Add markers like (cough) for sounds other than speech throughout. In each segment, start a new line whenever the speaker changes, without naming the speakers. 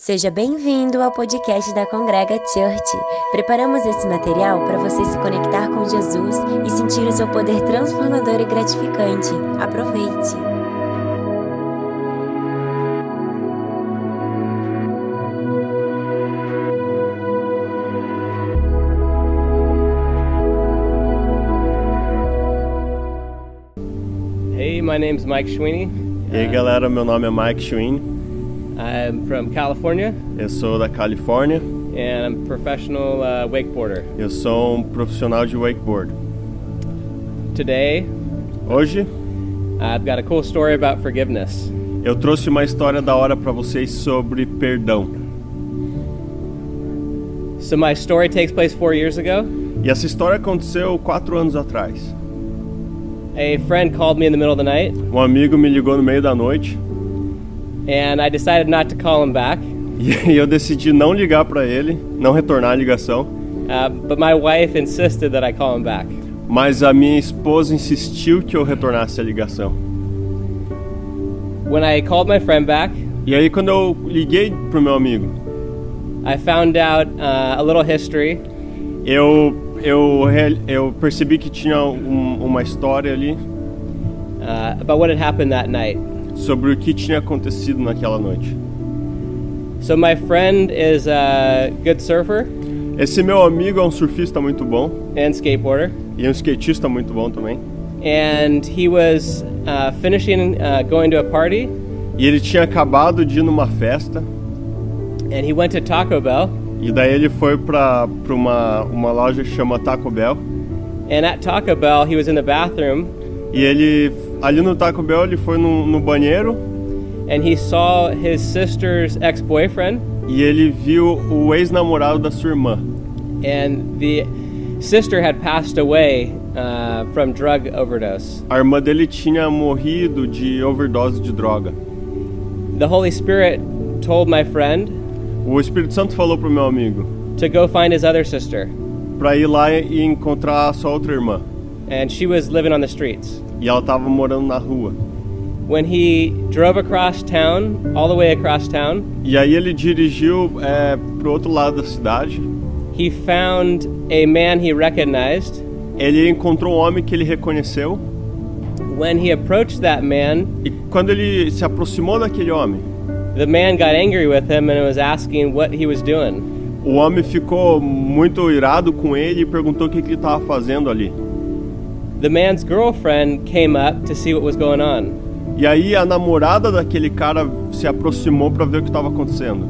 Seja bem-vindo ao podcast da Congrega Church. Preparamos esse material para você se conectar com Jesus e sentir o seu poder transformador e gratificante. Aproveite!
Hey, my name's Mike Sweeney.
E aí galera, meu nome é Mike Schwinn,
I'm from California
eu sou da Califórnia,
and I'm a professional uh, wakeboarder.
eu sou um profissional de wakeboard.
Today,
Hoje
I've got a cool story about forgiveness.
eu trouxe uma história da hora para vocês sobre perdão.
So, my story takes place four years ago.
E essa história aconteceu quatro anos atrás.
A friend called me in the middle of the night,
Um amigo me ligou no meio da noite (laughs)
and I decided not to call him back.
e eu decidi não ligar para ele, não retornar a ligação,
Uh, but my wife insisted that I call him back.
mas a minha esposa insistiu que eu retornasse a ligação.
When I called my friend back,
E aí quando eu liguei pro meu amigo,
I found out uh, a little history
eu eu re- eu percebi que tinha um, uma história ali
uh, about what had happened that night.
sobre o que tinha acontecido naquela noite.
So, my friend is a good surfer
Esse meu amigo é um surfista muito bom
and skateboarder.
e um skatista muito bom também.
and he was uh, finishing uh, going to a party
E ele tinha acabado de ir numa festa
and he went to taco bell
e daí ele foi pra, pra uma, uma loja que chama Taco Bell.
and at taco bell he was in the bathroom
E ele, ali no Taco Bell, ele foi no, no banheiro
and he saw his sister's ex-boyfriend
e ele viu o ex-namorado da sua irmã.
and the sister had passed away uh, from drug overdose
A irmã dele tinha morrido de overdose de droga.
the holy spirit told my friend
O Espírito Santo falou pro meu amigo
to go find his other sister
pra ir lá e encontrar a sua outra irmã.
and she was living on the streets
E ela tava morando na rua.
when he drove across town all the way across town
E aí ele dirigiu é, pro outro lado da cidade
he found a man he recognized
Ele encontrou um homem que ele reconheceu
When he approached that man,
e quando ele se aproximou daquele homem,
the man got angry with him and was asking what he was doing.
o homem ficou muito irado com ele e perguntou o que, que ele estava fazendo ali.
The man's girlfriend came up to see what was going on.
E aí a namorada daquele cara se aproximou para ver o que estava acontecendo.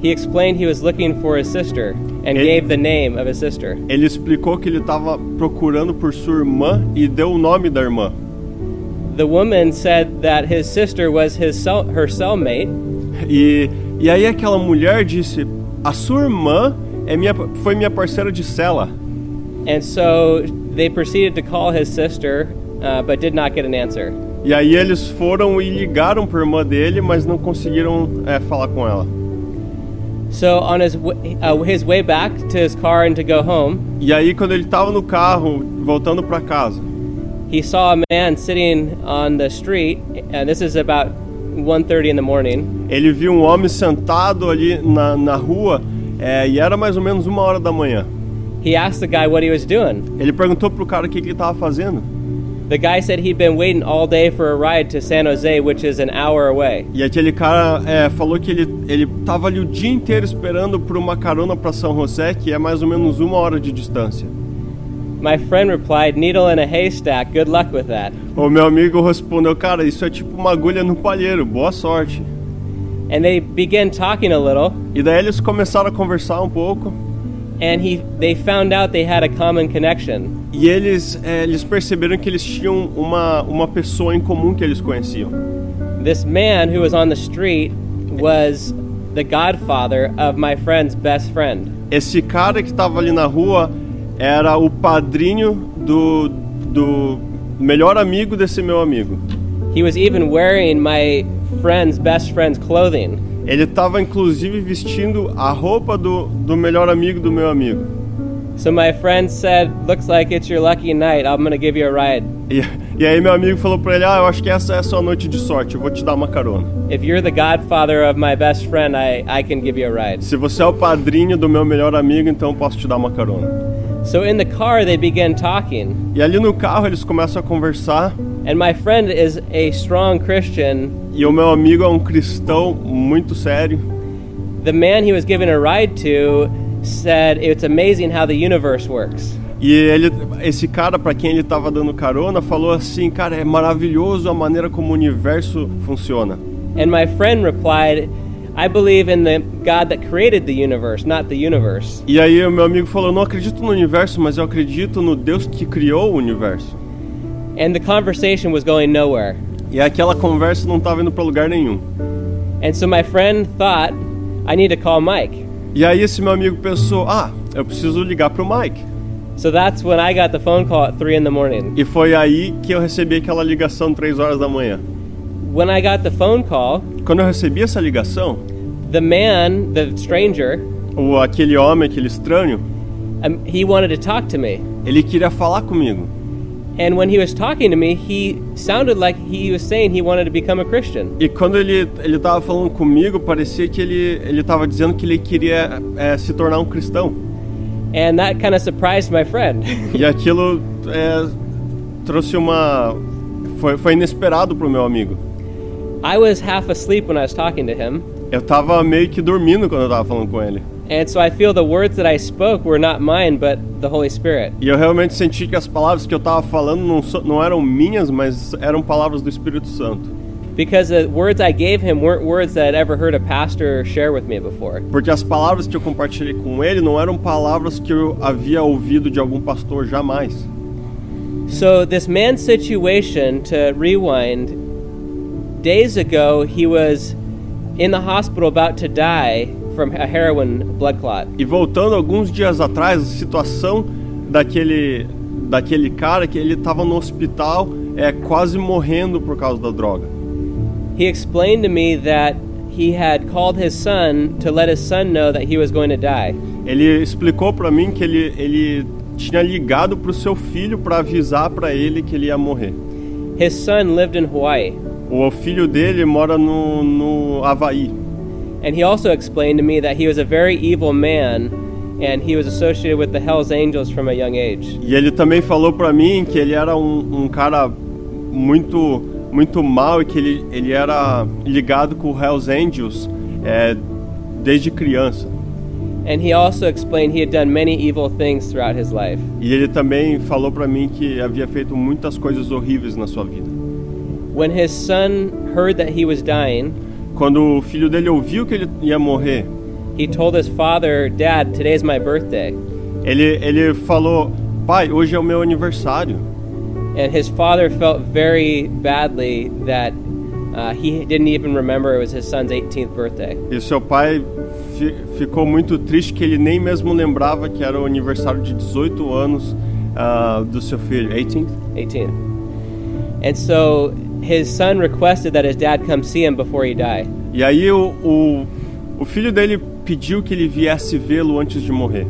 He explained he was looking for his sister and
Hey.
gave the name of his sister.
Ele explicou que ele estava procurando por sua irmã e deu o nome da irmã.
The woman said that his sister was his cell, her cellmate
E, e aí aquela mulher disse: "A sua irmã é minha, foi minha parceira de cela."
and so they proceeded to call his sister uh, but did not get an answer.
E aí eles foram e ligaram para irmã dele, mas não conseguiram é, falar com ela.
So on his w- uh, his way back to his car and to go home,
E aí quando ele tava no carro voltando pra casa,
he saw a man sitting on the street and this is about 1:30 in the morning.
ele viu um homem sentado ali na, na rua é, e era mais ou menos uma hora da manhã.
He asked the guy what he was doing.
Ele perguntou pro cara o que, que ele tava fazendo
The guy said he'd been waiting all day for a ride to San Jose, which is an hour away.
e aquele cara é, falou que ele ele tava ali o dia inteiro esperando por uma carona pra São José, que é mais ou menos uma hora de distância.
My friend replied, Needle in a haystack, good luck with that.
O meu amigo respondeu, cara, isso é tipo uma agulha no palheiro, boa sorte.
And they began talking a little,
E daí eles começaram a conversar um pouco
and he, they found out they had a common connection.
e eles, é, eles perceberam que eles tinham uma, uma pessoa em comum que eles conheciam.
This man who was on the street was the godfather of my friend's best friend.
Esse cara que estava ali na rua era o padrinho do, do melhor amigo desse meu amigo.
He was even wearing my friend's best friend's clothing.
Ele estava inclusive vestindo a roupa do, do melhor amigo do meu amigo.
So my friend said, Looks like it's your lucky night, I'm gonna give you a ride.
E, E aí meu amigo falou pra ele: Ah, eu acho que essa é a sua noite de sorte, eu vou te dar uma carona.
If you're the godfather of my best friend, I, I can give you a ride.
Se você é o padrinho do meu melhor amigo, então eu posso te dar uma carona.
So in the car, they begin talking.
E ali no carro eles começam a conversar.
And my friend is a strong Christian.
E o meu amigo é um cristão muito sério.
The man he was giving a ride to said, It's amazing how the universe works.
E ele, esse cara pra quem ele tava dando carona falou assim: Cara, é maravilhoso a maneira como o universo funciona.
And my friend replied, I believe in the God that created the universe, not the universe.
E aí o meu amigo falou: "Eu Não acredito no universo, mas eu acredito no Deus que criou o universo.
And the conversation was going nowhere.
E aquela conversa não estava indo para lugar nenhum.
And so my friend thought, I need to call Mike.
E aí esse meu amigo pensou: Ah, eu preciso ligar pro Mike.
So that's when I got the phone call at 3 in the morning.
E foi aí que eu recebi aquela ligação 3 horas da manhã.
When I got the phone call,
Quando eu recebi essa ligação,
the man, the stranger,
o, aquele homem, aquele estranho,
um, he wanted to talk to me.
ele queria falar comigo.
And when he was talking to me, he sounded like he was saying he wanted to become a Christian.
E quando ele ele tava falando comigo, parecia que ele ele tava dizendo que ele queria é, se tornar um cristão.
And that kind of surprised my friend. (laughs)
E aquilo é, trouxe uma foi, foi inesperado pro meu amigo.
I was half asleep when I was talking to him.
Eu tava meio que dormindo quando eu tava falando com ele.
And so I feel the words that I spoke were not mine, but the Holy Spirit.
E eu realmente senti que as palavras que eu tava falando não, so- não eram minhas, mas eram palavras do Espírito Santo.
Because the words I gave him weren't words that I'd ever heard a pastor share with me before.
Porque as palavras que eu compartilhei com ele não eram palavras que eu havia ouvido de algum pastor jamais.
So, this man's situation, to rewind, days ago he was in the hospital about to die from a heroin blood clot.
E voltando alguns dias atrás, a situação daquele daquele cara que ele tava no hospital, é quase morrendo por causa da droga.
He explained to me that he had called his son to let his son know that he was going to die.
Ele explicou pra mim que ele ele tinha ligado pro seu filho pra avisar pra ele que ele ia morrer.
His son lived in Hawaii.
O filho dele mora no, no Havaí.
And he also explained to me that he was a very evil man and he was associated with the Hells Angels from a young age.
E ele também falou pra mim que ele era um, um cara muito muito mal e que ele, ele era ligado com o Hells Angels é, desde criança.
And he also explained he had done many evil things throughout his life.
E ele também falou pra mim que havia feito muitas coisas horríveis na sua vida.
When his son heard that he was dying,
Quando o filho dele ouviu que ele ia morrer,
he told his father, Dad, today's my birthday.
ele, ele falou: Pai, hoje é o meu aniversário.
And his father felt very badly that uh, he didn't even remember it was his son's 18th birthday.
E seu pai fi- ficou muito triste que ele nem mesmo lembrava que era o aniversário de 18 anos ah, do seu filho, 18.
18th. And so his son requested that his dad come see him before he died.
E aí o, o, o filho dele pediu que ele viesse vê-lo antes de morrer.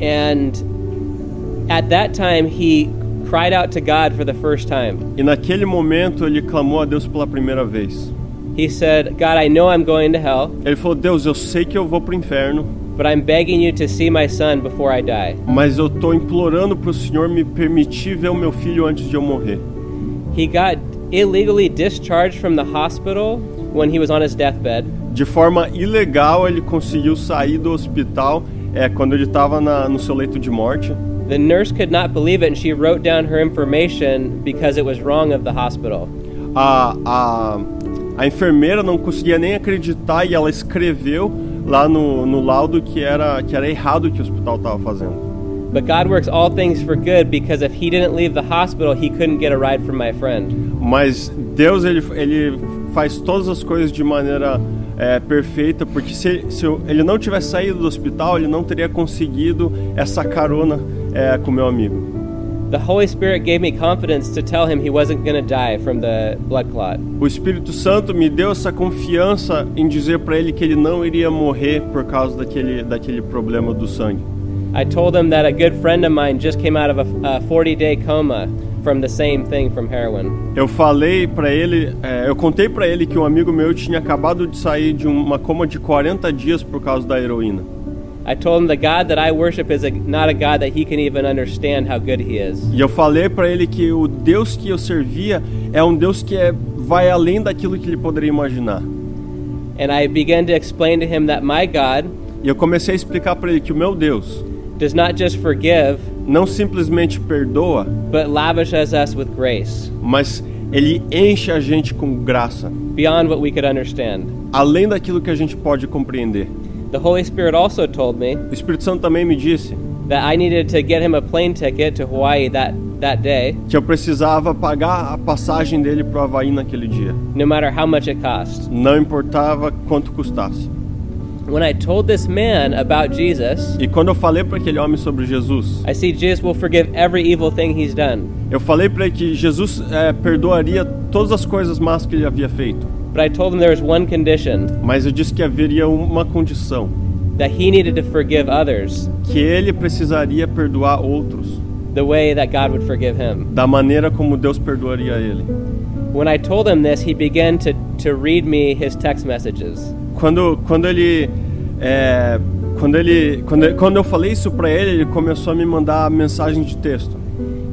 And at that time, he cried out to God for the first time.
E naquele momento ele clamou a Deus pela primeira vez.
He said, God, I know I'm going to hell,
Ele falou: Deus, eu sei que eu vou pro inferno,
but I'm begging you to see my son before I die.
mas eu tô implorando pro Senhor me permitir ver o meu filho antes de eu morrer.
He got illegally discharged from the hospital when he was on his deathbed.
De forma ilegal, ele conseguiu sair do hospital é, quando ele estava no seu leito de morte.
The nurse could not believe it, and she wrote down her information because it was wrong of the hospital.
a, a, a enfermeira não conseguia nem acreditar e ela escreveu lá no, no laudo que era, que era errado o que o hospital estava fazendo.
But God works all things for good because if he didn't leave the hospital, he couldn't get a ride from my friend.
Mas Deus ele, ele faz todas as coisas de maneira é, perfeita, porque se, se eu- ele não tivesse saído do hospital, ele não teria conseguido essa carona é, com meu amigo.
The Holy Spirit gave me confidence to tell him he wasn't going to die from the blood clot.
O Espírito Santo me deu essa confiança em dizer para ele que ele não iria morrer por causa daquele, daquele problema do sangue.
I told him that a good friend of mine just came out of a 40 day coma from the same thing from heroin.
Eu falei pra ele, é, eu contei pra ele que um amigo meu tinha acabado de sair de uma coma de 40 dias por causa da heroína.
I told him the God that I worship is a, not a God that he can even understand how good he is.
E eu falei pra ele que o Deus que eu servia é um Deus que é, vai além daquilo que ele poderia imaginar.
And I began to explain to him that my God
E eu comecei a explicar pra ele que o meu Deus
does not just forgive,
não simplesmente perdoa,
but lavishes us with grace
mas ele enche a gente com graça,
beyond what we could understand.
além daquilo que a gente pode compreender.
The Holy Spirit also told me
O Espírito Santo também me disse
that I needed to get him a plane ticket to Hawaii that, that day,
que eu precisava pagar a passagem dele pro Havaí naquele dia,
no matter how much it cost.
não importava quanto custasse.
When I told this man about Jesus,
E quando eu falei para aquele homem sobre Jesus,
I see Jesus will forgive every evil thing he's done.
eu falei para ele que Jesus eh, perdoaria todas as coisas más que ele havia feito,
But I told him there was one condition
mas eu disse que haveria uma condição,
that he needed to forgive others
que ele precisaria perdoar outros
the way that God would forgive him.
da maneira como Deus perdoaria ele.
When I told him this, he began to, to read me his text messages.
Quando quando ele eh, quando ele quando, quando eu falei isso para ele, ele começou a me mandar mensagem de texto.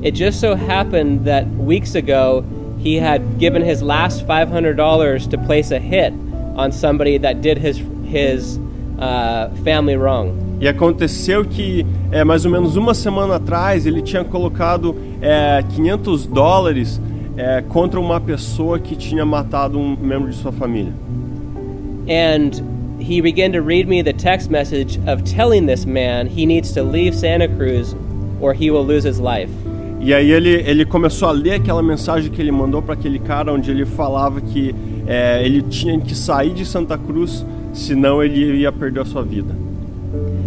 It just so happened that weeks ago, he had given his last $500 to place a hit on somebody that did his, his uh, family wrong.
E aconteceu que, é, mais ou menos uma semana atrás, ele tinha colocado é, 500 dólares é, contra uma pessoa que tinha matado um membro de sua família.
And he began to read me the text message of telling this man he needs to leave Santa Cruz or he will lose his life.
E aí ele, ele começou a ler aquela mensagem que ele mandou para aquele cara, onde ele falava que é, ele tinha que sair de Santa Cruz, senão ele ia perder a sua vida.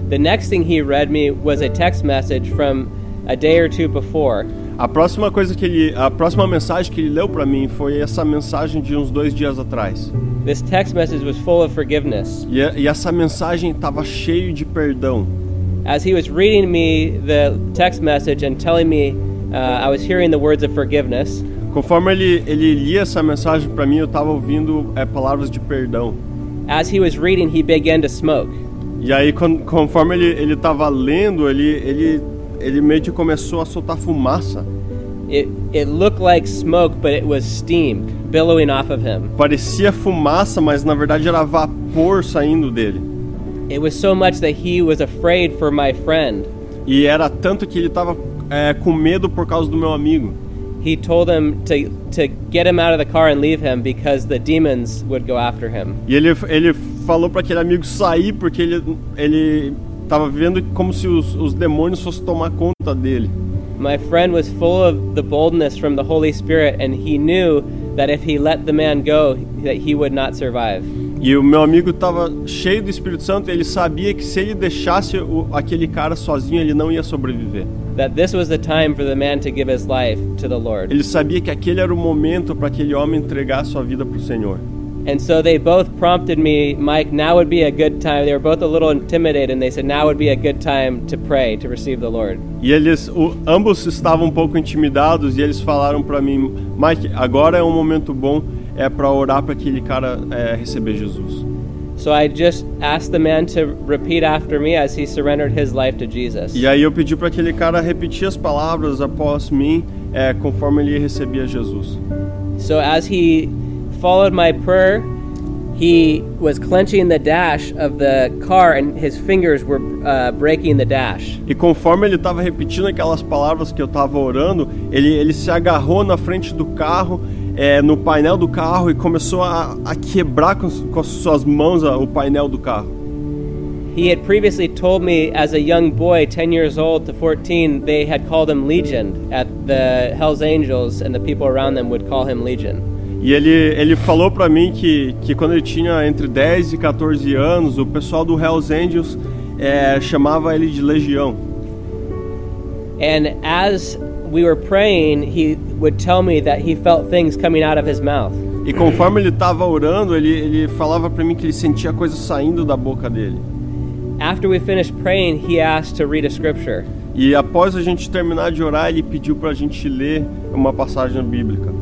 The next thing he read me was a text message from a day or two before
A próxima coisa que ele, a próxima mensagem que ele leu para mim foi essa mensagem de uns dois dias atrás.
This text message was full of forgiveness.
E, e essa mensagem estava cheio de perdão.
As he was reading me the text message and telling me uh, I was hearing the words of forgiveness,
Conforme ele, ele lia essa mensagem para mim, eu estava ouvindo é, palavras de perdão.
as he was reading, he began to smoke.
E aí, con- conforme ele, ele tava lendo, ele, ele, ele meio que começou a soltar fumaça.
It, it looked like smoke, but it was steam billowing off of him.
Parecia fumaça, mas na verdade era vapor saindo dele.
It was so much that he was afraid for my friend.
E era tanto que ele tava é, com medo por causa do meu amigo.
He told him to, to get him out of the car and leave him because the demons would go after him.
E ele, ele falou para aquele amigo sair porque ele, ele tava vivendo como se os, os demônios fossem tomar conta dele.
My friend was full of the boldness from the Holy Spirit, and he knew that if he let the man go, that he would not survive.
E o meu amigo estava cheio do Espírito Santo, ele sabia que se ele deixasse o, aquele cara sozinho, ele não ia sobreviver.
That this was the time for the man to give his life to the Lord.
Ele sabia que aquele era o momento para aquele homem entregar sua vida para o Senhor.
And so they both prompted me, Mike, now would be a good time. They were both a little intimidated, and they said, now would be a good time to pray, to receive the Lord.
E eles, o, ambos estavam um pouco intimidados e eles falaram para mim, Mike, agora é um momento bom é para orar para aquele cara é, receber Jesus.
So I just asked the man to repeat after me as he surrendered his life to Jesus.
E aí eu pedi para aquele cara repetir as palavras após mim, é, conforme ele recebia Jesus.
So as he followed my prayer, he was clenching the dash of the car, and his fingers were uh, breaking the dash.
E conforme ele estava repetindo aquelas palavras que eu estava orando, ele, ele se agarrou na frente do carro, é, no painel do carro, e começou a, a quebrar com, s- com as suas mãos a- o painel do carro.
He had previously told me as a young boy, 10 years old to 14, they had called him Legion at the Hells Angels, and the people around them would call him Legion.
E ele, ele falou para mim que, que quando ele tinha entre 10 e 14 anos, o pessoal do Hells Angels é, chamava ele de Legião.
And as we were praying, he would tell me that he felt things coming out of his mouth.
E conforme ele estava orando, ele, ele falava para mim que ele sentia coisas saindo da boca dele.
After we finished praying, he asked to read a scripture.
E após a gente terminar de orar, ele pediu para a gente ler uma passagem bíblica.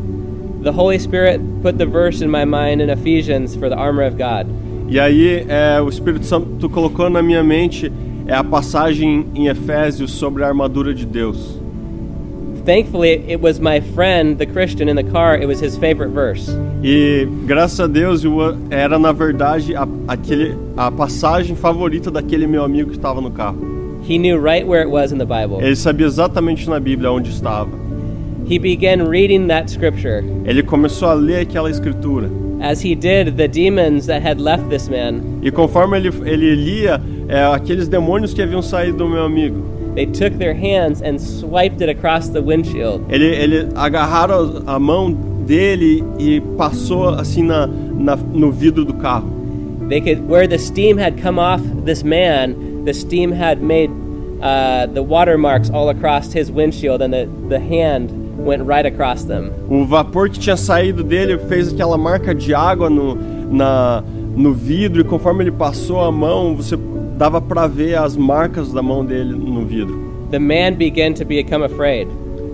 The Holy Spirit put the verse in my mind in Ephesians for the armor of God.
E aí é, o Espírito Santo colocou na minha mente é, a passagem em Efésios sobre a armadura de Deus.
Thankfully, it was my friend, the Christian in the car, it was his favorite verse.
E graças a Deus eu a- era na verdade a, aquele, a passagem favorita daquele meu amigo que estava no carro.
He knew right where it was in the Bible.
Ele sabia exatamente na Bíblia onde estava.
He began reading that scripture.
Ele começou a ler aquela escritura.
As he did, the demons that had left this man,
E conforme ele, ele lia, é, aqueles demônios que haviam saído do meu amigo,
they took their hands and swiped it across the windshield.
ele, ele agarraram a a mão dele e passou assim na, na, no vidro do carro.
They could, where the steam had come off this man, the steam had made uh, the watermarks all across his windshield, and the, the hand went right across them.
O vapor que tinha saído dele fez aquela marca de água no, na, no vidro e conforme ele passou a mão, você dava para ver as marcas da mão dele no vidro.
The man began to become afraid.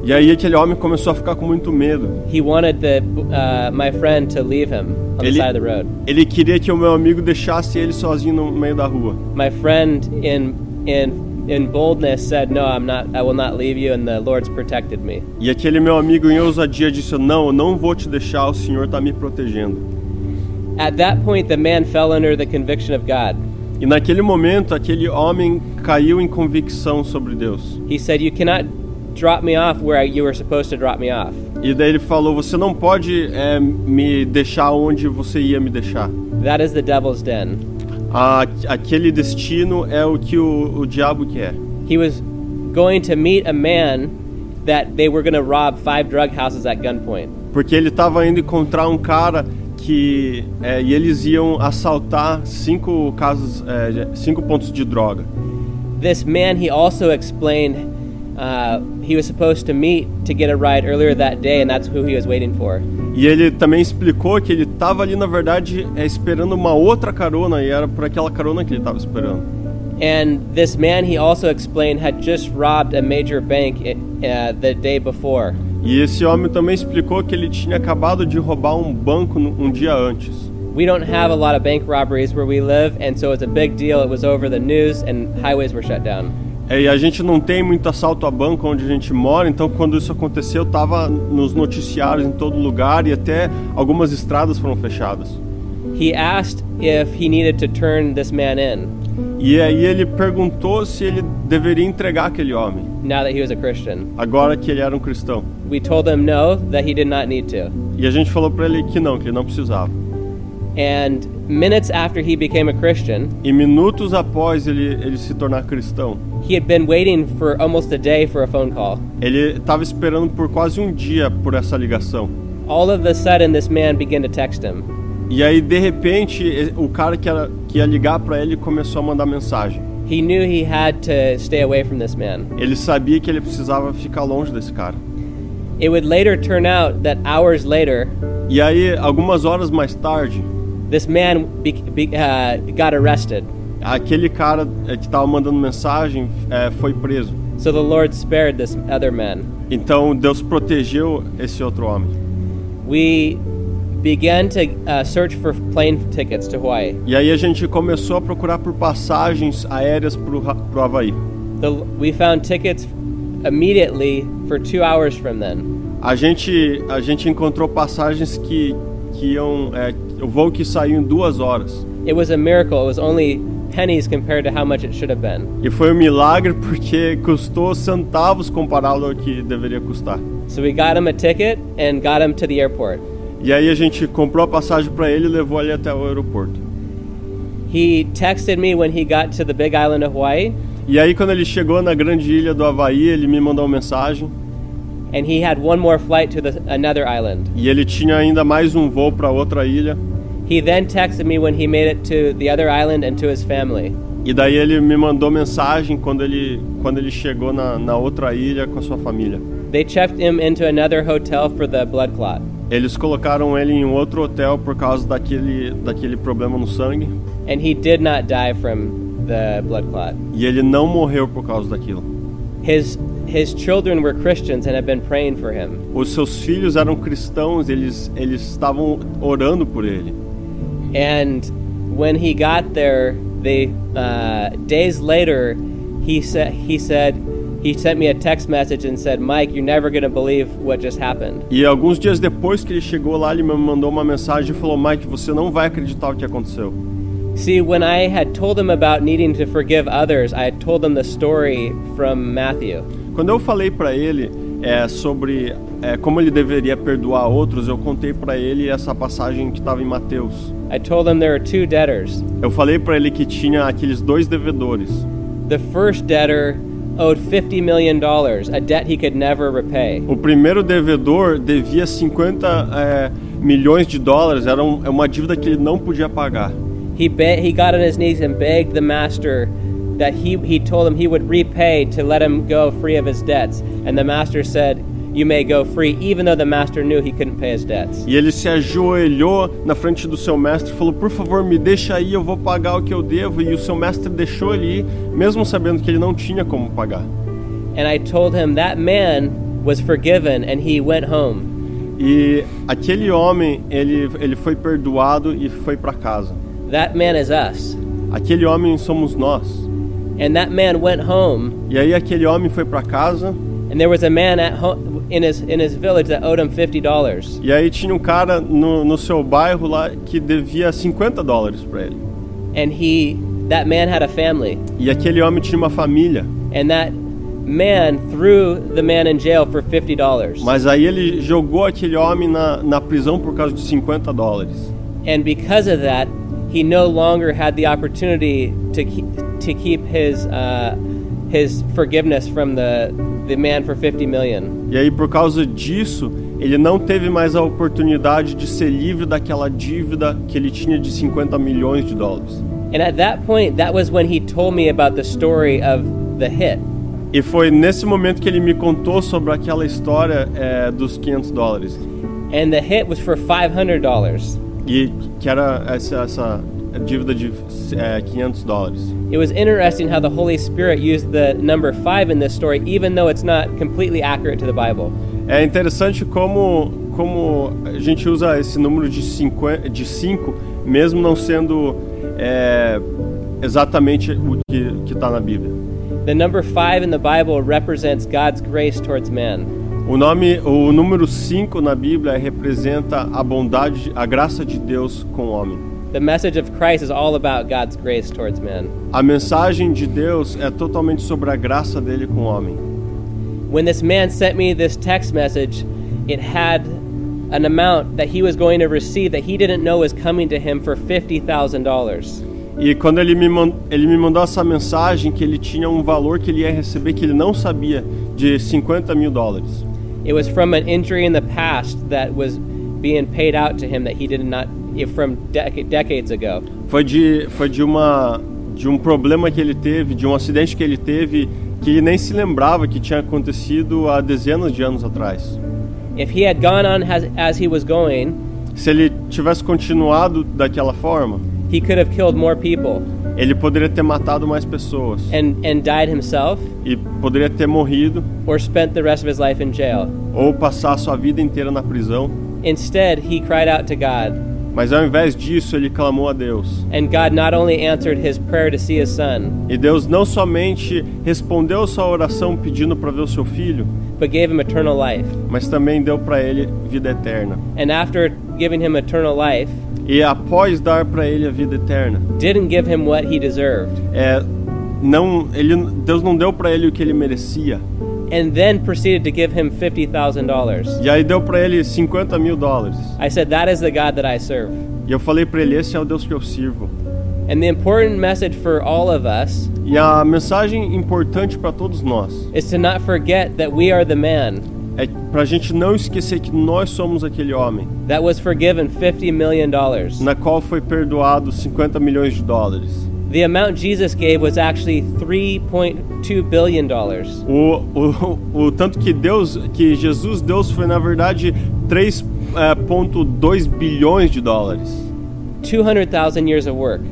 E aí aquele homem começou a ficar com muito medo.
He wanted the, uh, my friend to leave him on the
Ele-
side of the road.
Ele queria que o meu amigo deixasse ele sozinho no meio da rua.
My friend, in, in, in boldness, said, No, I'm not, I will not leave you, and the Lord's protected me.
E aquele meu amigo em ousadia disse: Não, eu não vou te deixar, o Senhor está me protegendo.
At that point, the man fell under the conviction of God.
E naquele momento, aquele homem caiu em convicção sobre Deus.
He said, You cannot drop me off where you were supposed to drop me off.
E daí ele falou: Você não pode é, me deixar onde você ia me deixar.
That is the devil's den.
A, aquele destino é o que o, o diabo quer.
He was going to meet a man that they were going to rob five drug houses at gunpoint.
Porque ele estava indo encontrar um cara que. é, e eles iam assaltar cinco, casas, é, de- cinco pontos de droga.
This man, he also explained uh, he was supposed to meet to get a ride earlier that day, and that's who he was waiting for.
E ele também explicou que ele estava ali, na verdade, é, esperando uma outra carona, e era por aquela carona que ele estava esperando.
And this man, he also explained, had just robbed a major bank uh, the day before.
E esse homem também explicou que ele tinha acabado de roubar um banco no- um dia antes.
We don't have a lot of bank robberies where we live, and so it's a big deal. It was over the news, and highways were shut down.
É, e a gente não tem muito assalto a banco onde a gente mora, então quando isso aconteceu, estava nos noticiários em todo lugar e até algumas estradas foram fechadas.
He asked if he needed to turn this man in
E aí ele perguntou se ele deveria entregar aquele homem,
now that he was a Christian.
agora que ele era um cristão.
We told him no, that he did not need to.
E a gente falou para ele que não, que ele não precisava.
And minutes after he became a Christian,
E minutos após ele, ele se tornar cristão,
he had been waiting for almost a day for a phone call.
ele estava esperando por quase um dia por essa ligação.
All of a sudden, this man began to text him.
E aí, de repente, e- o cara que, era, que ia ligar para ele começou a mandar mensagem.
He knew he had to stay away from this man.
Ele sabia que ele precisava ficar longe desse cara.
It would later turn out that hours later,
E aí, algumas horas mais tarde,
this man be- be- uh, got arrested.
aquele cara eh, que estava mandando mensagem eh, foi preso.
So the Lord spared this other man.
Então, Deus protegeu esse outro homem.
We began to uh, search for plane tickets to Hawaii.
E aí, a gente começou a procurar por passagens aéreas para o Havaí.
The, we found tickets immediately for two hours from then.
A gente, a gente encontrou passagens que, que iam. É, o voo que saiu em duas horas.
It was a miracle. It was only pennies compared to how much it should have been.
E foi um milagre porque (laughs) custou centavos comparado ao que deveria custar.
So we got him a ticket and got him to the airport.
E aí a gente comprou a passagem para ele e levou ele até o aeroporto.
He texted me when he got to the big island of Hawaii,
E aí quando ele chegou na grande ilha do Havaí, ele me mandou uma mensagem
and he had one more flight to the, another island.
e ele tinha ainda mais um voo para outra ilha.
He then texted me when he made it to the other island and to his family.
E daí ele me mandou mensagem quando ele, quando ele chegou na, na outra ilha com a sua família.
They checked him into another hotel for the blood clot.
Eles colocaram ele em outro hotel por causa daquele, daquele problema no sangue.
and he did not die from the blood clot.
E ele não morreu por causa daquilo.
His his children were Christians and had been praying for him.
Os seus filhos eram cristãos, eles, eles estavam orando por ele.
And when he got there, they uh, days later, he said he said he sent me a text message and said, "Mike, you're never gonna believe what just happened."
E alguns dias depois que ele chegou lá, ele me mandou uma mensagem e falou: Mike, você não vai acreditar o que aconteceu.
See, when I had told him about needing to forgive others, I had told him the story from Matthew.
Quando eu falei para ele é, sobre é, como ele deveria perdoar outros, eu contei para ele essa passagem que estava em Mateus.
I told him there are two debtors.
Eu falei para ele que tinha aqueles dois devedores.
The first debtor owed $50 million, a debt he could never repay.
O primeiro devedor devia 50 é, milhões de dólares, era um- é uma dívida que ele não podia pagar.
He, be- he got on his knees and begged the master that he, he told him he would repay to let him go free of his debts. And the master said, You may go free, even though the master knew he couldn't pay his debts.
E ele se ajoelhou na frente do seu mestre e falou: Por favor, me deixa aí, eu vou pagar o que eu devo. E o seu mestre deixou ele ir, mesmo sabendo que ele não tinha como pagar.
And I told him that man was forgiven and he went home.
E aquele homem, ele, ele foi perdoado e foi para casa.
That man is us.
Aquele homem somos nós.
And that man went home,
E aí aquele homem foi para casa,
and there was a man at home in his, in his village that owed him $50.
e aí tinha um cara no, no seu bairro lá que devia 50 dólares para ele.
And he, that man had a family.
E aquele homem tinha uma família,
and that man threw the man in jail for fifty dollars.
mas aí ele jogou aquele homem na, na prisão por causa de 50 dólares.
And because of that, he no longer had the opportunity to keep, to keep his uh, his forgiveness from the the man for fifty million.
E aí, por causa disso, ele não teve mais a oportunidade de ser livre daquela dívida que ele tinha de 50 milhões de dólares.
And at that point, that was when he told me about the story of the hit.
E foi nesse momento que ele me contou sobre aquela história é, dos 500 dólares.
And the hit was for five hundred dollars.
E que era essa, essa dívida de é, 500 dólares.
It was interesting how the Holy Spirit used the number five in this story, even though it's not completely accurate to the Bible.
É interessante como, como a gente usa esse número de 5, de cinco, mesmo não sendo é, exatamente o que está na Bíblia.
The number five in the Bible represents God's grace towards man.
O nome, o número 5 na Bíblia representa a bondade, a graça de Deus com o homem.
The message of Christ is all about God's grace towards man.
A mensagem de Deus é totalmente sobre a graça dele com o homem.
When this man sent me this text message, it had an amount that he was going to receive that he didn't know was coming to him for $50,000.
E quando ele me, man- ele me mandou essa mensagem que ele tinha um valor que ele ia receber que ele não sabia de 50 mil dólares.
It was from an injury in the past that was being paid out to him that he did not, from dec- decades ago.
Foi de foi de uma de um problema que ele teve, de um acidente que ele teve que ele nem se lembrava que tinha acontecido há dezenas de anos atrás.
If he had gone on as, as he was going,
Se ele tivesse continuado daquela forma,
he could have killed more people
Ele poderia ter matado mais pessoas
and, and died himself.
e poderia ter morrido
or spent the rest of his life in jail.
ou passar sua vida inteira na prisão,
Instead, he cried out to God,
mas ao invés disso ele clamou a Deus.
and God not only answered his prayer to see his son,
E Deus não somente respondeu a sua oração pedindo para ver o seu filho,
but gave him eternal life.
mas também deu para ele vida eterna.
And after giving him eternal life,
E após dar para ele a vida eterna,
didn't give him what he deserved,
é, não, ele, Deus não deu para ele o que ele merecia.
and then proceeded to give him $50,000.
E aí deu para ele 50 mil dólares.
I said, That is the God that I serve.
E eu falei para ele: esse é o Deus que eu sirvo.
And the important message for all of us
E a mensagem importante para todos nós
is to not forget that we are the man
É pra gente não esquecer que nós somos aquele homem
that was forgiven $50 million.
na qual foi perdoado 50 milhões de dólares.
The amount Jesus gave was actually $3.2 billion.
O, o, o tanto que Deus, que Jesus Deus foi na verdade 3.2 bilhões de dólares.
200,000 years of work.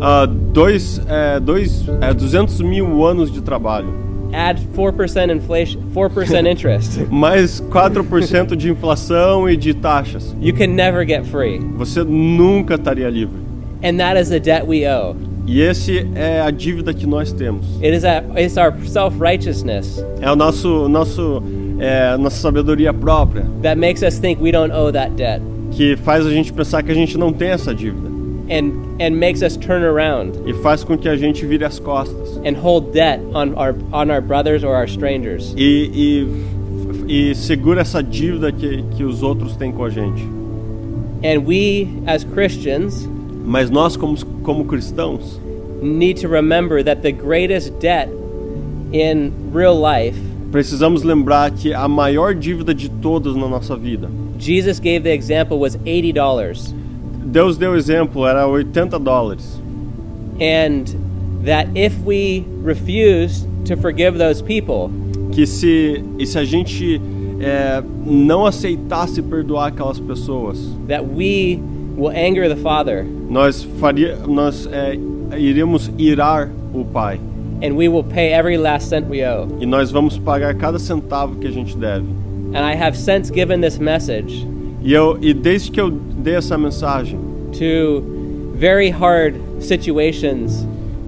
Ah, dois, é, dois, é, 200 mil anos de trabalho.
add 4% inflation, 4% interest.
Mais 4% de inflação e de taxas.
You can never get free.
Você nunca estaria livre.
And that is the debt we owe.
E esse é a dívida que nós temos.
It is a, it's our self righteousness
É o nosso, nosso, é, nossa sabedoria própria
that makes us think we don't owe that debt
que faz a gente pensar que a gente não tem essa dívida
and, and makes us turn around
e faz com que a gente vire as costas
and hold debt on our, on our brothers or our strangers.
e, e, e segura essa dívida que, que os outros têm com a gente.
And we, as Christians,
Mas nós, como, como cristãos,
need to remember that the greatest debt in real life,
precisamos lembrar que a maior dívida de todas na nossa vida.
Jesus gave the example, was $80.
Deus deu exemplo, era 80 dólares.
And that if we refuse to forgive those people,
Que se, e se a gente é, não aceitasse perdoar aquelas pessoas,
that we will anger the Father
nós, faria, nós é, iríamos irar o Pai.
and we will pay every last cent we owe.
E nós vamos pagar cada centavo que a gente deve.
And I have since given this message
E, eu, e desde que eu dei essa mensagem,
to very hard situations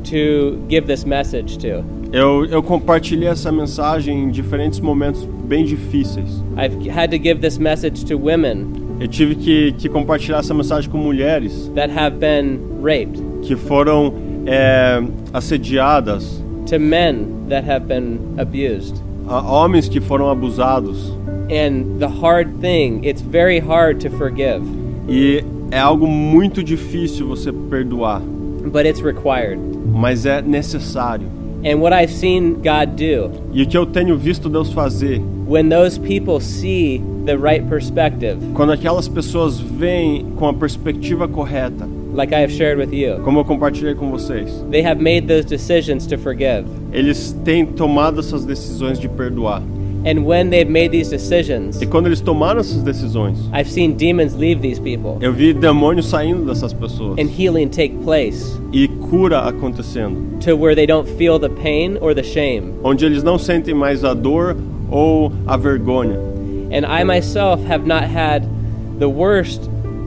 to give this message to.
eu, eu compartilhei essa mensagem em diferentes momentos bem difíceis.
I've had to give this message to women
Eu tive que, que compartilhar essa mensagem com mulheres
that have been raped,
que foram é, assediadas,
to men that have been abused.
a homens que foram abusados.
And the hard thing, it's very hard to forgive,
E é algo muito difícil você perdoar,
but it's required.
mas é necessário.
And what I've seen God do
E o que eu tenho visto Deus fazer,
when those people see the right perspective,
quando aquelas pessoas vêm com a perspectiva correta,
like I have shared with you,
como eu compartilhei com vocês,
they have made those decisions to forgive.
eles têm tomado essas decisões de perdoar.
And when they've made these decisions,
E quando eles tomaram essas decisões,
I've seen demons leave these people
eu vi demônios saindo dessas pessoas
and healing take place
e cura acontecendo,
to where they don't feel the pain or the shame.
onde eles não sentem mais a dor ou a vergonha.
And I myself have not had the worst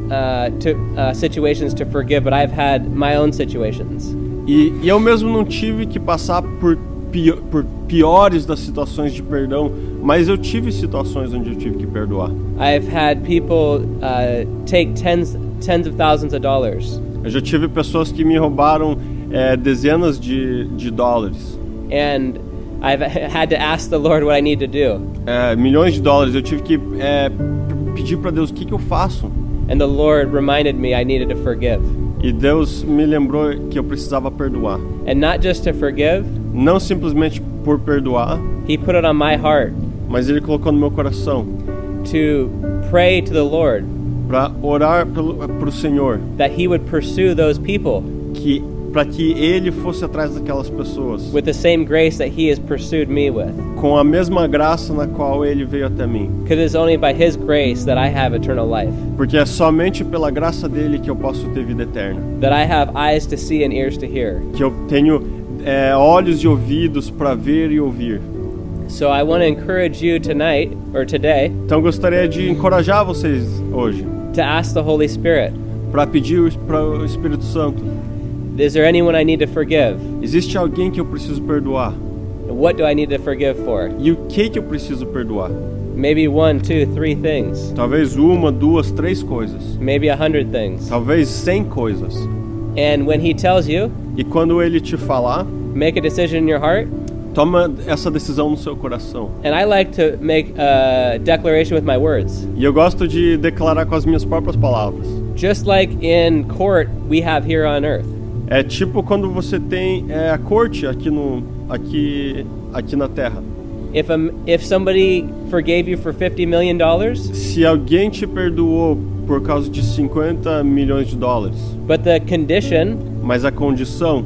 uh, to, uh, situations to forgive, but I've had my own situations.
E, e eu mesmo não tive que passar por, pio- por piores das situações de perdão, mas eu tive situações onde eu tive que perdoar.
I've had people uh, take tens, tens of thousands of dollars,
Eu já tive pessoas que me roubaram eh, dezenas de, de dólares,
and I've (laughs) had to ask the Lord what I need to do.
eh, milhões de dólares. Eu tive que eh, p- pedir para Deus o que, que eu faço.
And the Lord reminded me I needed to forgive.
E Deus me lembrou que eu precisava perdoar.
And not just to forgive,
Não simplesmente por perdoar,
He put it on my heart
mas Ele colocou no meu coração
to pray to the Lord
para orar pelo, pro Senhor,
that He would pursue those people
que para que Ele fosse atrás daquelas pessoas
with the same grace that He has pursued me with.
com a mesma graça na qual Ele veio até mim,
Because it's only by His grace that I have eternal life,
porque é somente pela graça dele que eu posso ter vida eterna,
that I have eyes to see and ears to hear.
que eu tenho é, olhos e ouvidos para ver e ouvir.
So I want to encourage you tonight or today
Então gostaria de encorajar vocês hoje
to ask the Holy Spirit
para pedir para o Espírito Santo.
Is there anyone I need to forgive?
Existe alguém que eu preciso perdoar?
And What do I need to forgive for?
E o que que eu preciso perdoar?
Maybe one, two, three things.
Talvez uma, duas, três coisas.
Maybe a hundred things.
Talvez cem coisas.
And when He tells you,
E quando ele te falar,
make a decision in your heart.
toma essa decisão no seu coração.
And I like to make a declaration with my words.
E eu gosto de declarar com as minhas próprias palavras.
Just like in court we have here on earth.
É tipo quando você tem é, a corte aqui no aqui aqui na Terra.
If um, if somebody forgave you for 50 million dollars,
Se alguém te perdoou por causa de 50 milhões de dólares,
but the condition
mas a condição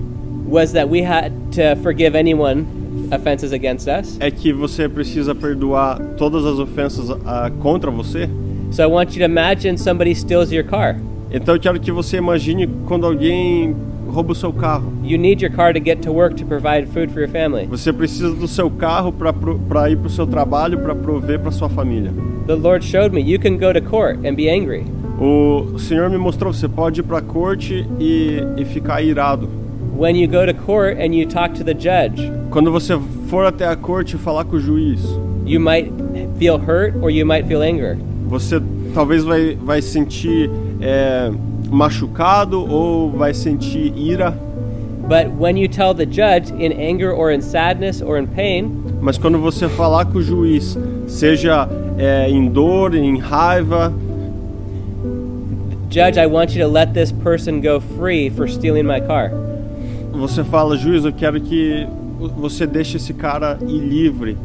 was that we had to forgive anyone offenses against us.
é que você precisa perdoar todas as ofensas ah, contra você.
So I want you to imagine somebody steals your car
Então eu quero que você imagine quando alguém rouba o seu carro.
You need your car to get to work to provide food for your family.
Você precisa do seu carro para ir para o seu trabalho, para prover para sua família.
The Lord showed me you can go to court and be angry.
O Senhor me mostrou, você pode ir para a corte e, e ficar irado.
When you go to court and you talk to the judge,
Quando você for até a corte e falar com o juiz,
you might feel hurt or you might feel anger.
você talvez vai, vai sentir é, machucado ou vai sentir ira.
But when you tell the judge in anger or in sadness or in pain,
Mas quando você falar com o juiz, seja é, em dor, em raiva,
Judge, I want you to let this person go free for stealing my car.
você fala, juiz, eu quero que você deixe esse cara ir livre,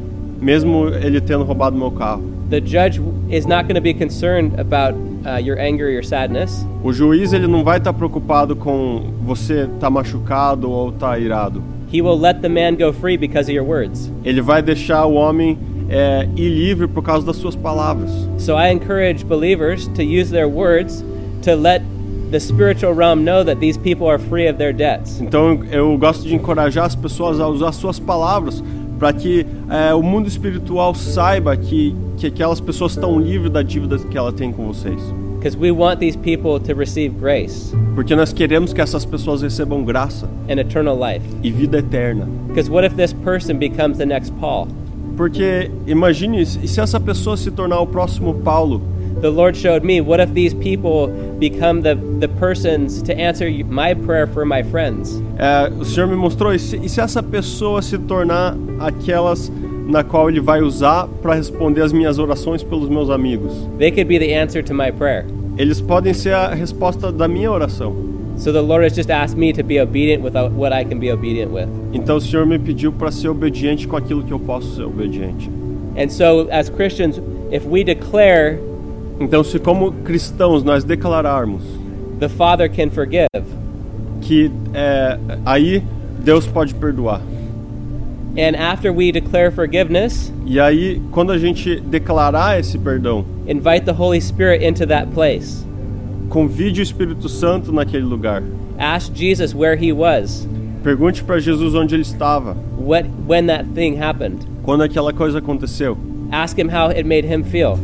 mesmo ele tendo roubado meu carro.
The judge is not going to be concerned about uh, your anger or your sadness.
O juiz ele não vai estar preocupado com você estar machucado ou estar irado.
He will let the man go free because of your words.
Ele vai deixar o homem é, ir livre por causa das suas palavras.
So I encourage believers to use their words to let the spiritual realm know that these people are free of their debts.
Então eu gosto de encorajar as pessoas a usar suas palavras para que é, o mundo espiritual saiba que, que aquelas pessoas estão livres da dívida que ela tem com vocês.
Because we want these people to receive grace
Porque nós queremos que essas pessoas recebam graça
and eternal life.
e vida eterna.
Because what if this person becomes the next Paul?
Porque imagine e se essa pessoa se tornar o próximo Paulo,
The Lord showed me, what if these people become the, the persons to answer my prayer for my friends?
É, o Senhor me mostrou, e se, e se essa pessoa se tornar aquelas na qual ele vai usar para responder as minhas orações pelos meus amigos?
They could be the answer to my prayer.
Eles podem ser a resposta da minha oração.
So the Lord has just asked me to be obedient with uh, what I can be obedient with.
Então o Senhor me pediu para ser obediente com aquilo que eu posso ser obediente.
And so, as Christians, if we declare
Então, se como cristãos nós declararmos
the Father can forgive,
que é, aí Deus pode perdoar.
and after we declare forgiveness,
E aí, quando a gente declarar esse perdão,
invite the Holy Spirit into that place.
convide o Espírito Santo naquele lugar.
Ask Jesus where he was,
Pergunte para Jesus onde ele estava.
what, when that thing happened.
quando aquela coisa aconteceu.
Ask him how it made him feel.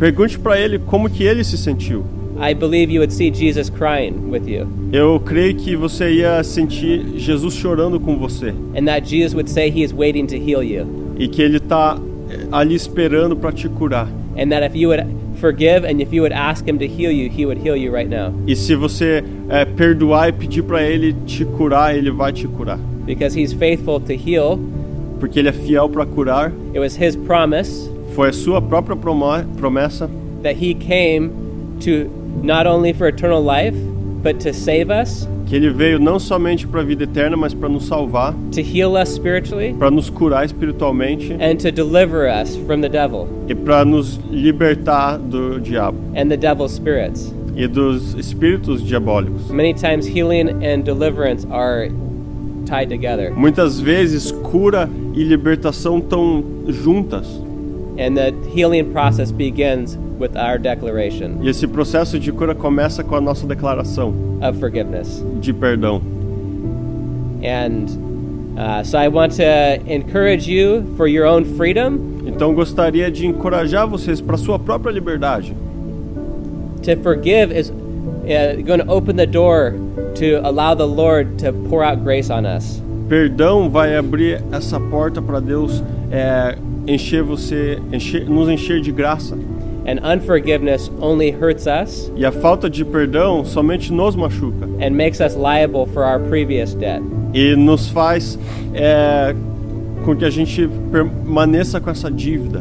Pergunte para ele como que ele se sentiu.
I believe you would see Jesus crying with you,
Eu creio que você ia sentir Jesus chorando com você
and that Jesus would say he is waiting to heal you,
e que ele tá eh, ali esperando para te curar.
and that if you would forgive and if you would ask him to heal you, he would heal you right now.
E se você eh, perdoar e pedir para ele te curar, ele vai te curar,
because he's faithful to heal.
porque ele é fiel para curar.
It was his promise
Foi a sua própria promo- promessa
that he came to not only for eternal life, but to save us,
que ele veio não somente para a vida eterna, mas para nos salvar,
to heal us spiritually,
para nos curar espiritualmente
and to deliver us from the devil
e para nos libertar do diabo
and the devil's spirits.
e dos espíritos diabólicos.
Many times, healing and deliverance are tied together,
Muitas vezes cura e libertação estão juntas.
and the healing process begins with our declaration
E esse processo de cura começa com a nossa declaração
of forgiveness.
de perdão.
And uh, so, I want to encourage you for your own freedom
Então gostaria de encorajar vocês para sua própria liberdade.
to forgive is uh, going to open the door to allow the Lord to pour out grace on us.
Perdão vai abrir essa porta para Deus é, encher você, encher, nos encher de graça.
And unforgiveness only hurts us
E a falta de perdão somente nos machuca
and makes us liable for our previous debt.
e nos faz é, com que a gente permaneça com essa dívida.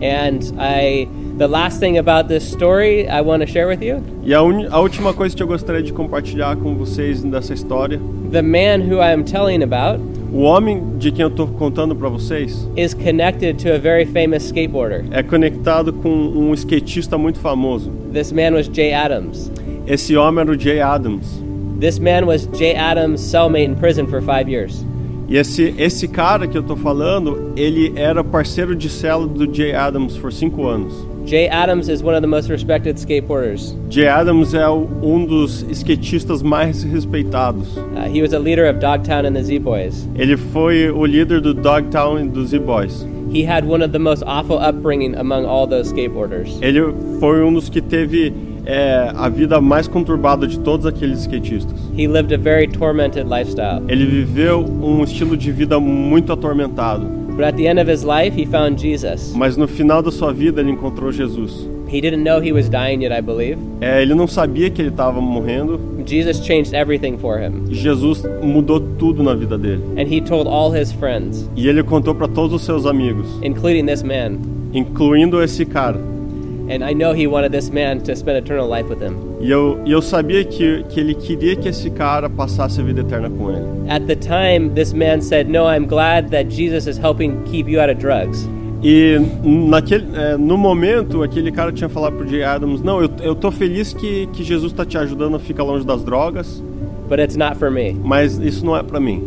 And I, the last thing about this story I want to share with you
E a, uni- a última coisa que eu gostaria de compartilhar com vocês dessa história,
the man who I am telling about
o homem de quem eu estou contando para vocês
is connected to a very famous skateboarder.
é conectado com um skatista muito famoso.
This man was Jay Adams.
Esse homem era o Jay Adams.
This man was Jay Adams' cellmate in prison for five years.
E esse esse cara que eu estou falando, ele era parceiro de cela do Jay Adams por cinco anos.
Jay Adams is one of the most respected skateboarders.
Jay Adams é o- um dos skatistas mais respeitados.
Uh, he was a leader of Dogtown and the Z Boys.
Ele foi o líder do Dogtown e dos Z-Boys.
He had one of the most awful upbringing among all those skateboarders.
Ele foi um dos que teve é, a vida mais conturbada de todos aqueles skatistas.
He lived a very tormented lifestyle.
Ele viveu um estilo de vida muito atormentado,
But at the end of his life, he found Jesus.
mas no final da sua vida ele encontrou Jesus.
He didn't know he was dying yet, I believe.
É, ele não sabia que ele estava morrendo.
Jesus changed everything for him.
e Jesus mudou tudo na vida dele.
And he told all his friends,
E ele contou para todos os seus amigos,
including this man.
incluindo esse cara.
And I know he wanted this man to spend eternal life with him.
E eu, e eu sabia que, que ele queria que esse cara passasse a vida eterna com ele.
At the time, this man said, No, I'm glad that Jesus is helping keep you out of drugs.
E naquele, é, no momento, aquele cara tinha falado pro Jay Adams: Não, eu, eu tô feliz que, que Jesus tá te ajudando a ficar longe das drogas,
But it's not for me.
mas isso não é para mim.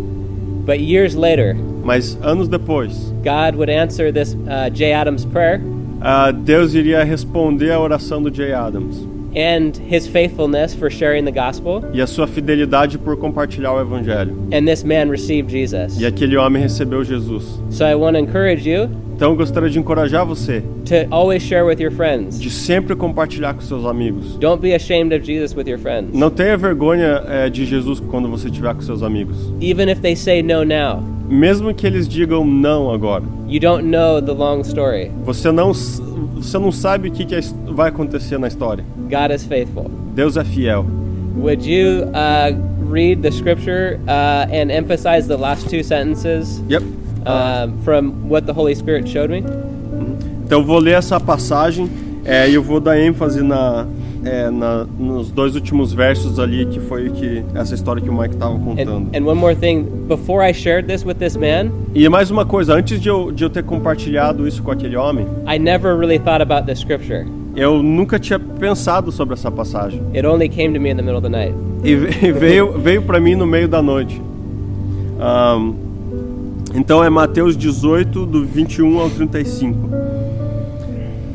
But years later,
Mas anos depois,
God would answer this uh, Jay Adams prayer,
ah, Deus iria responder a oração do Jay Adams
and his faithfulness for sharing the gospel,
e a sua fidelidade por compartilhar o evangelho.
and this man received Jesus.
E aquele homem recebeu Jesus.
So I want to encourage you
Então eu gostaria de encorajar você
to always share with your friends.
de sempre compartilhar com seus amigos.
Don't be ashamed of Jesus with your friends.
Não tenha vergonha é, de Jesus quando você estiver com seus amigos.
Even if they say no now,
Mesmo que eles digam não agora.
you don't know the long story.
Você não, s- você não sabe o que, que é his- vai acontecer na história.
God is faithful.
Deus é fiel.
Would you uh, read the scripture uh, and emphasize the last two sentences
Yep.
um, from what the Holy Spirit showed me?
Então eu vou ler essa passagem é, e eu vou dar ênfase na, é, na- nos dois últimos versos ali, que foi o que, essa história que o Mike estava contando.
And, and one more thing, before I shared this with this man,
E mais uma coisa, antes de eu, de eu ter compartilhado isso com aquele homem,
I never really thought about this scripture.
eu nunca tinha pensado sobre essa passagem.
It only came to me in the middle of the night.
e ve- (laughs) e veio, veio para mim no meio da noite. Ahn, então é Mateus 18, do 21 ao 35.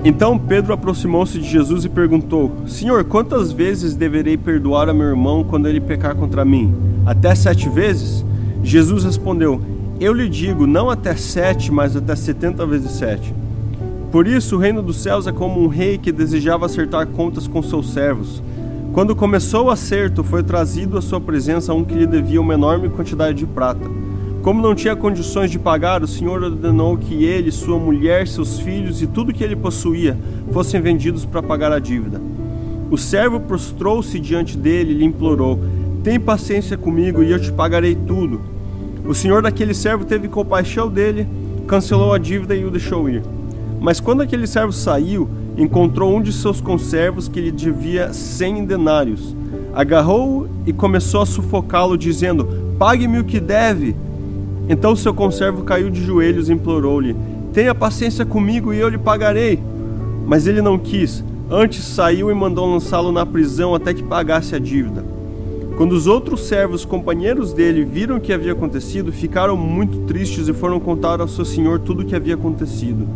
Então Pedro aproximou-se de Jesus e perguntou: Senhor, quantas vezes deverei perdoar a meu irmão quando ele pecar contra mim? Até sete vezes? Jesus respondeu: Eu lhe digo, não até sete, mas até setenta vezes sete. Por isso, o reino dos céus é como um rei que desejava acertar contas com seus servos. Quando começou o acerto, foi trazido à sua presença um que lhe devia uma enorme quantidade de prata. Como não tinha condições de pagar, o senhor ordenou que ele, sua mulher, seus filhos e tudo que ele possuía fossem vendidos para pagar a dívida. O servo prostrou-se diante dele e lhe implorou: Tem paciência comigo e eu te pagarei tudo. O senhor daquele servo teve compaixão dele, cancelou a dívida e o deixou ir. Mas quando aquele servo saiu, encontrou um de seus conservos que lhe devia cem denários. Agarrou-o e começou a sufocá-lo, dizendo: Pague-me o que deve. Então seu conservo caiu de joelhos e implorou-lhe: Tenha paciência comigo e eu lhe pagarei. Mas ele não quis. Antes saiu e mandou lançá-lo na prisão até que pagasse a dívida. Quando os outros servos, companheiros dele, viram o que havia acontecido, ficaram muito tristes e foram contar ao seu senhor tudo o que havia acontecido.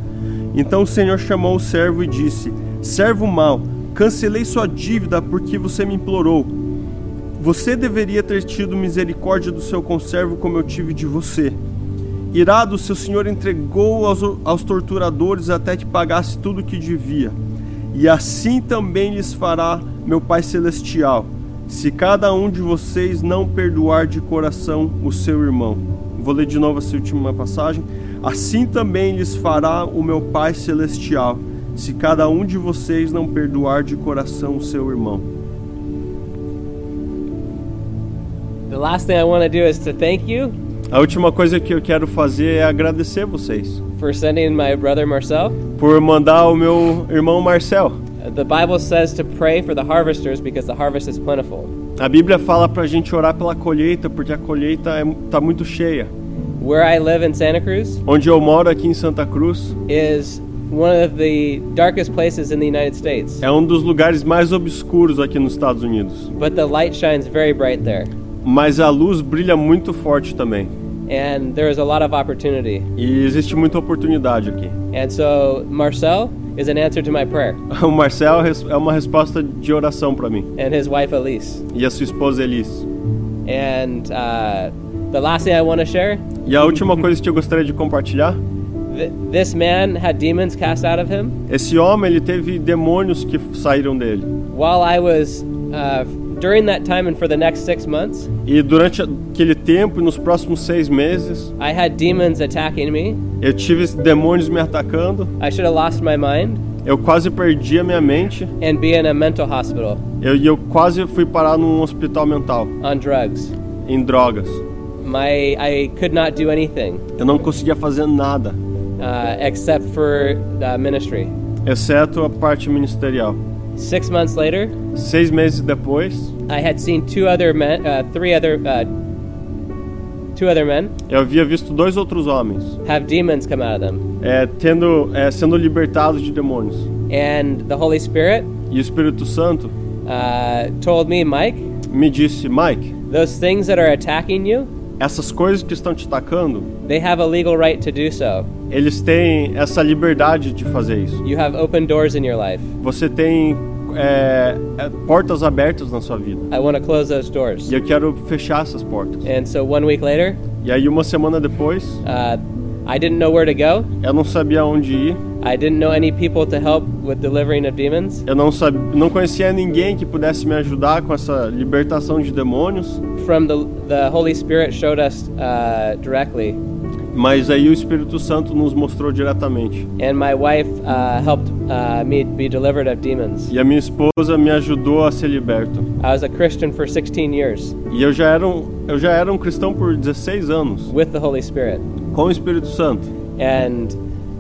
Então o senhor chamou o servo e disse: Servo mau, cancelei sua dívida porque você me implorou. Você deveria ter tido misericórdia do seu conservo como eu tive de você. Irado, seu senhor entregou aos, aos torturadores até que pagasse tudo o que devia. E assim também lhes fará meu Pai Celestial, se cada um de vocês não perdoar de coração o seu irmão. Vou ler de novo essa última passagem. Assim também lhes fará o meu Pai Celestial, se cada um de vocês não perdoar de coração o seu irmão.
The last thing I want to do is to thank you
A última coisa que eu quero fazer é agradecer vocês
for sending my brother Marcel.
por mandar o meu irmão Marcel.
The Bible says to pray for the harvesters because the harvest is plentiful.
A Bíblia fala pra gente orar pela colheita, porque a colheita é, tá muito cheia.
Where I live in Santa Cruz
Onde eu moro aqui em Santa Cruz
is one of the darkest places in the United States,
é um dos lugares mais obscuros aqui nos Estados Unidos,
but the light shines very bright there,
mas a luz brilha muito forte também.
and there is a lot of opportunity.
E existe muita oportunidade aqui. (laughs)
And so Marcel is an answer to my prayer,
O Marcel res- é uma resposta de oração para mim.
and his wife Elise.
E a sua esposa Elis.
And uh, the last thing I want to share
E a última coisa que eu gostaria de compartilhar:
th- this man had demons cast out of him.
esse homem ele teve demônios que saíram dele.
While I was, uh, during that time and for the next six months,
E durante aquele tempo e nos próximos seis meses,
I had demons attacking me.
eu tive esses demônios me atacando.
I should have lost my mind
Eu quase perdi a minha mente.
and be in a mental hospital
Eu, e eu quase fui parar num hospital mental,
on drugs.
em drogas.
My, I could not do anything
Eu não conseguia fazer nada,
uh, except for uh, ministry.
exceto a parte ministerial.
Six months later,
Seis meses depois,
I had seen two other men, uh, three other, uh, two other men
eu havia visto dois outros homens
have demons come out of them,
é, tendo, é, sendo libertados de demônios.
and the Holy Spirit
E o Espírito Santo
uh, told me, Mike,
me disse, Mike,
those things that are attacking you,
essas coisas que estão te atacando,
they have a legal right to do so.
eles têm essa liberdade de fazer isso.
You have open doors in your life.
Você tem é, é, portas abertas na sua vida.
I want to close those doors.
E eu quero fechar essas portas.
And so one week later,
E aí, uma semana depois,
uh, I didn't know where to go.
eu não sabia onde ir.
I didn't know any people to help with delivering of demons.
Eu não sabia, não conhecia ninguém que pudesse me ajudar com essa libertação de demônios.
From the the Holy Spirit showed us uh, directly,
Mas aí o Espírito Santo nos mostrou diretamente.
and my wife uh, helped uh, me be delivered of demons.
E a minha esposa me ajudou a ser liberto.
I was a Christian for 16 years
E eu já era um, eu já era um cristão por 16 anos,
with the Holy Spirit,
com o Espírito Santo.
and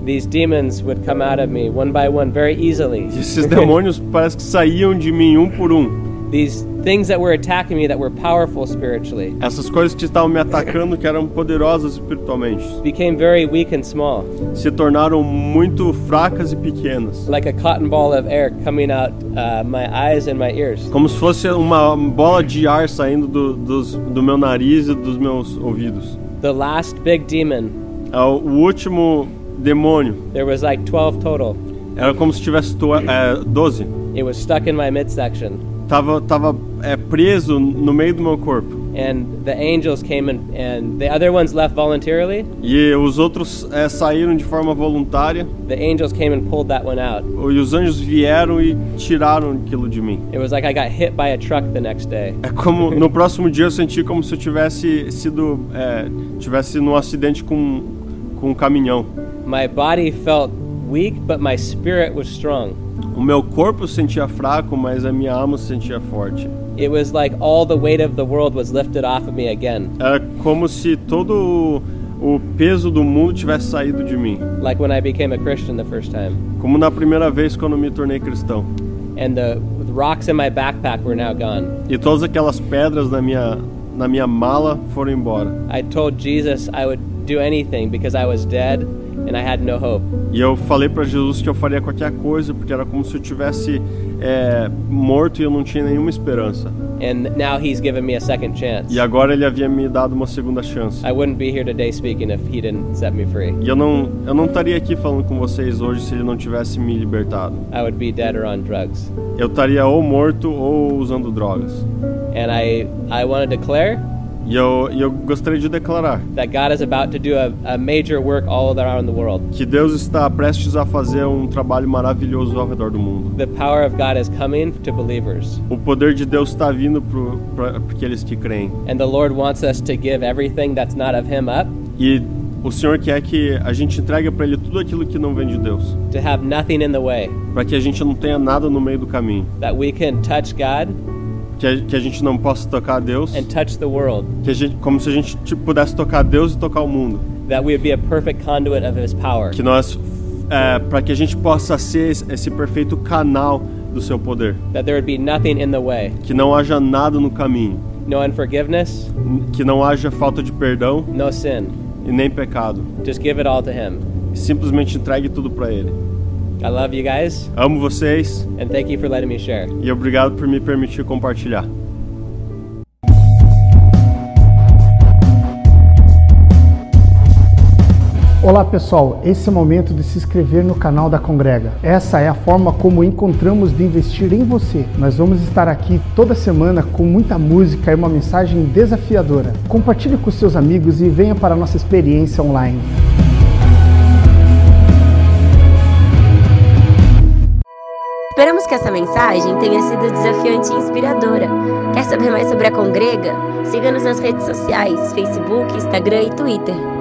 these demons would come out of me one by one very easily.
E esses demônios parece que saíam de mim um por um.
these things that were attacking me that were powerful spiritually
Essas coisas que estavam me atacando, que eram poderosas espiritualmente,
became very weak and small,
se tornaram muito fracas e pequenas.
like a cotton ball of air coming out uh, my eyes and my ears.
Como se fosse uma bola de ar saindo do, dos, do meu nariz e dos meus ouvidos.
The last big demon,
É O o último demônio
there was like 12 total.
era como se tivesse to é, 12.
It was stuck in my midsection,
Tava, tava é, preso no meio do meu corpo.
and the angels came and, and the other ones left voluntarily.
E os outros é, saíram de forma voluntária.
The angels came and pulled that one out.
E os anjos vieram e tiraram aquilo de mim.
It was like I got hit by a truck the next day.
É como no próximo dia eu senti como se eu tivesse sido é, tivesse num acidente com com um caminhão.
My body felt weak, but my spirit was strong.
O meu corpo se sentia fraco, mas a minha alma se sentia forte.
It was like all the weight of the world was lifted off of me again,
Era como se todo o, o peso do mundo tivesse saído de mim,
like when I became a Christian the first time.
como na primeira vez quando eu me tornei cristão.
And the rocks in my backpack were now gone.
E todas aquelas pedras na minha na minha mala foram embora.
I told Jesus I would do anything because I was dead and I had no hope.
E eu falei para Jesus que eu faria qualquer coisa porque era como se eu tivesse é, morto e eu não tinha nenhuma esperança.
And now he's given me a second chance.
E agora ele havia me dado uma segunda chance.
I wouldn't be here today speaking if he didn't set me free.
E eu não, eu não estaria aqui falando com vocês hoje se ele não tivesse me libertado.
I would be dead or on drugs.
Eu estaria ou morto ou usando drogas.
And I, I want to declare
E eu, e eu gostaria de declarar
that God is about to do a, a major work all around the world.
que Deus está prestes a fazer um trabalho maravilhoso ao redor do mundo.
The power of God is coming to believers,
O poder de Deus está vindo para aqueles que creem.
and the Lord wants us to give everything that's not of Him up,
E o Senhor quer que a gente entregue para Ele tudo aquilo que não vem de Deus,
to have nothing in the way,
para que a gente não tenha nada no meio do caminho,
that we can touch God
que a, que a gente não possa tocar Deus,
and touch the world,
que a gente, como se a gente tipo, pudesse tocar Deus e tocar o mundo.
that we would be a perfect conduit of His power.
que nós é, para que a gente possa ser esse esse perfeito canal do seu poder,
that there would be nothing in the way
que não haja nada no caminho,
no unforgiveness,
que não haja falta de perdão
no sin.
e nem pecado.
Just give it all to Him.
Simplesmente entregue tudo para ele.
I love you guys,
Amo vocês
and thank you for letting me share.
e obrigado por me permitir compartilhar.
O
Olá pessoal, esse é o momento de se inscrever no canal da Congrega. Essa é a forma como encontramos de investir em você. Nós vamos estar aqui toda semana com muita música e uma mensagem desafiadora. Compartilhe com seus amigos e venha para a nossa experiência online.
Esperamos que essa mensagem tenha sido desafiante e inspiradora. Quer saber mais sobre a Congrega? Siga-nos nas redes sociais, Facebook, Instagram e Twitter.